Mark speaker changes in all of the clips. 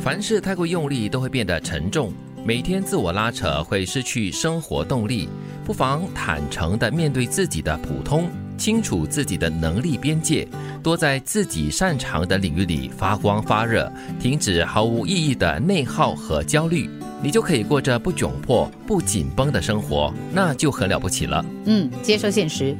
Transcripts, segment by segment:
Speaker 1: 凡事太过用力都会变得沉重，每天自我拉扯会失去生活动力。不妨坦诚地面对自己的普通，清楚自己的能力边界，多在自己擅长的领域里发光发热，停止毫无意义的内耗和焦虑，你就可以过着不窘迫、不紧绷的生活，那就很了不起了。
Speaker 2: 嗯，接受现实。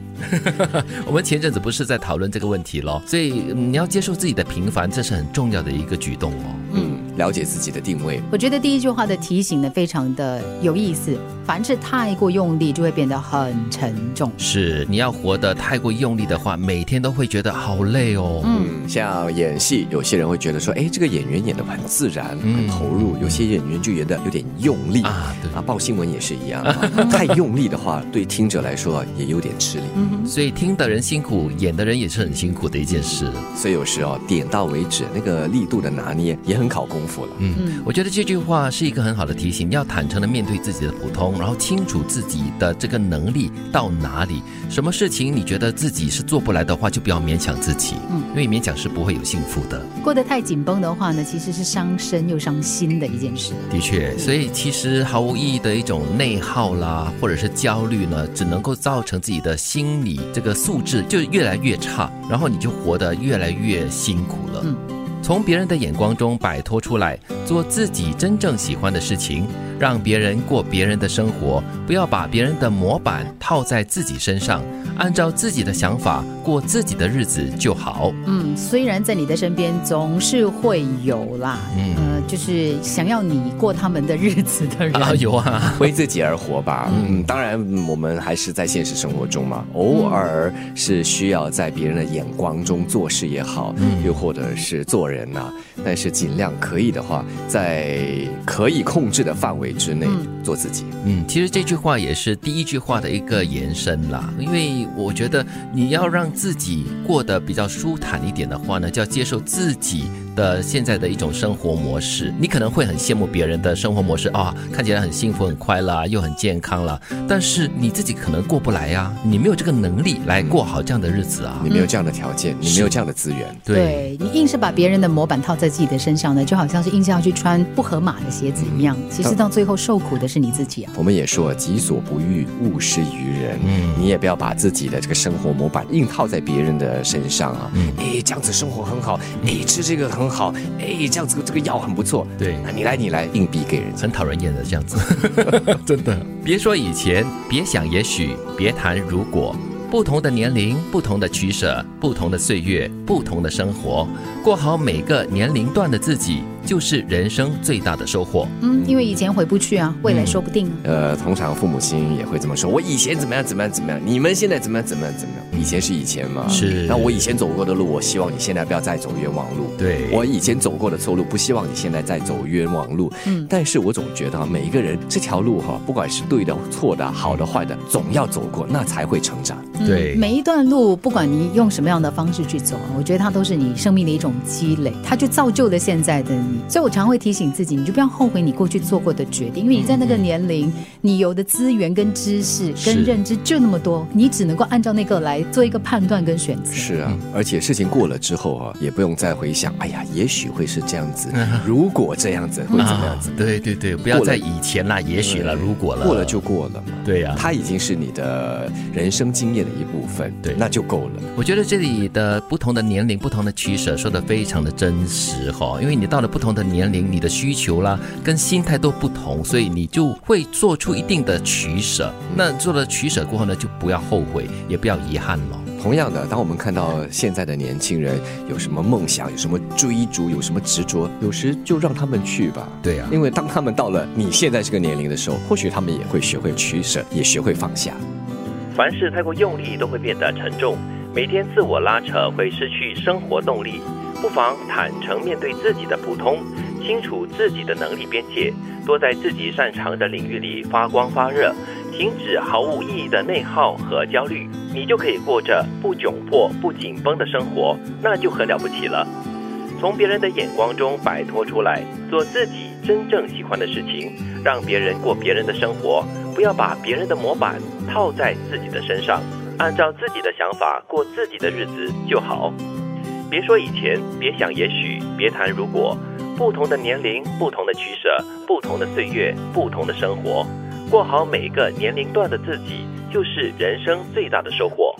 Speaker 1: 我们前阵子不是在讨论这个问题咯，所以、嗯你要接受自己的平凡，这是很重要的一个举动哦。
Speaker 3: 嗯，了解自己的定位，
Speaker 2: 我觉得第一句话的提醒呢，非常的有意思。凡事太过用力，就会变得很沉重。
Speaker 1: 是，你要活得太过用力的话，每天都会觉得好累哦。
Speaker 3: 嗯，像演戏，有些人会觉得说，哎，这个演员演的很自然，很投入；有些演员就演的有点用力啊。
Speaker 1: 啊，对。
Speaker 3: 报新闻也是一样 啊，太用力的话，对听者来说也有点吃力。
Speaker 2: 嗯哼，
Speaker 1: 所以听的人辛苦，演的人也是很辛苦的一件事。
Speaker 3: 所以有时候点到为止，那个力度的拿捏也很考功夫了。
Speaker 1: 嗯
Speaker 2: 嗯，
Speaker 1: 我觉得这句话是一个很好的提醒，要坦诚的面对自己的普通，然后清楚自己的这个能力到哪里。什么事情你觉得自己是做不来的话，就不要勉强自己，
Speaker 2: 嗯
Speaker 1: 因为勉强是不会有幸福的。
Speaker 2: 过得太紧绷的话呢，其实是伤身又伤心的一件事。
Speaker 1: 的确，所以其实毫无意义的一种内耗啦，或者是焦虑呢，只能够造成自己的心理这个素质就越来越差，然后你就活得越来越辛苦了。
Speaker 2: 嗯
Speaker 1: 从别人的眼光中摆脱出来，做自己真正喜欢的事情，让别人过别人的生活，不要把别人的模板套在自己身上，按照自己的想法过自己的日子就好。
Speaker 2: 嗯，虽然在你的身边总是会有啦，
Speaker 1: 嗯
Speaker 2: 呃，就是想要你过他们的日子的人，
Speaker 1: 啊，有啊。
Speaker 3: 为自己而活吧。
Speaker 1: 嗯
Speaker 3: 嗯，当然，嗯我们还是在现实生活中嘛，偶尔是需要在别人的眼光中做事也好，
Speaker 1: 嗯
Speaker 3: 又或者是做人呐、但是尽量可以的话，在可以控制的范围之内做自己。
Speaker 1: 嗯，其实这句话也是第一句话的一个延伸啦，因为我觉得你要让自己过得比较舒坦一点的话呢，就要接受自己的现在的一种生活模式。你可能会很羡慕别人的生活模式啊、看起来很幸福、很快乐啊，又很健康啦，但是你自己可能过不来呀、你没有这个能力来过好这样的日子啊。
Speaker 3: 你没有这样的条件，你没有这样的资源。
Speaker 2: 对你硬是把别人的模板套在自己的身上呢，就好像是硬是要去穿不合码的鞋子一样。其
Speaker 1: 嗯
Speaker 2: 实到最后受苦的是你自己啊。
Speaker 3: 我们也说“己所不欲，勿施于人”。
Speaker 1: 嗯
Speaker 3: 你也不要把自己的这个生活模板硬套在别人的身上啊。
Speaker 1: 嗯
Speaker 3: 哎，这样子生活很好，哎，吃这个很好，哎，这样子这个药很不错。
Speaker 1: 对
Speaker 3: 啊，你来你来，硬逼给人家。
Speaker 1: 很讨人厌的这 样子，真的。别说以前，别想也许，别谈如果。不同的年龄，不同的取舍，不同的岁月，不同的生活，过好每个年龄段的自己，就是人生最大的收获。
Speaker 2: 嗯，因为以前回不去啊，
Speaker 1: 嗯
Speaker 2: 未来说不定啊。
Speaker 3: 呃，通常父母亲也会这么说：“我以前怎么样怎么样怎么样，你们现在怎么样怎么样怎么样。”以前是以前嘛，
Speaker 1: 是
Speaker 3: 那我以前走过的路，我希望你现在不要再走冤枉路。
Speaker 1: 对
Speaker 3: 我以前走过的错路，不希望你现在再走冤枉路。
Speaker 2: 嗯
Speaker 3: 但是我总觉得啊每一个人这条路哈、不管是对的、错的、好的、坏的，总要走过，那才会成长。
Speaker 2: 嗯
Speaker 1: 对
Speaker 2: 每一段路，不管你用什么样的方式去走啊，我觉得它都是你生命的一种积累，它就造就了现在的你。所以我常会提醒自己，你就不要后悔你过去做过的决定，因为你在那个年龄，你有的资源跟知识
Speaker 1: 是
Speaker 2: 跟认知就那么多，你只能够按照那个来做一个判断跟选择。
Speaker 3: 是啊，而且事情过了之后啊，也不用再回想，哎呀，也许会是这样子，如果这样子会怎么样子？
Speaker 1: 啊对对对，不要
Speaker 3: 过了
Speaker 1: 在以前啦，也许啦，
Speaker 3: 对
Speaker 1: 如果了，
Speaker 3: 过了就过了嘛。
Speaker 1: 对呀、
Speaker 3: 它已经是你的人生经验的一部分，
Speaker 1: 对
Speaker 3: 那就够了。
Speaker 1: 我觉得这里的不同的年龄、不同的取舍说的非常的真实哈、因为你到了不同的年龄，你的需求啦跟心态都不同，所以你就会做出一定的取舍。那做了取舍过后呢，就不要后悔，也不要遗憾了。
Speaker 3: 同样的，当我们看到现在的年轻人有什么梦想、有什么追逐、有什么执着，有时就让他们去吧。
Speaker 1: 对啊
Speaker 3: 因为当他们到了你现在这个年龄的时候，或许他们也会学会取舍，也学会放下。
Speaker 1: 凡事太过用力都会变得沉重，每天自我拉扯会失去生活动力。不妨坦诚面对自己的普通，清楚自己的能力边界，多在自己擅长的领域里发光发热，停止毫无意义的内耗和焦虑，你就可以过着不窘迫、不紧绷的生活，那就很了不起了。从别人的眼光中摆脱出来，做自己真正喜欢的事情，让别人过别人的生活，不要把别人的模板套在自己的身上，按照自己的想法过自己的日子就好。别说以前，别想也许，别谈如果，
Speaker 4: 不同的年龄、不同的取舍、不同的岁月、不同的生活，过好每一个年龄段的自己，就是人生最大的收获。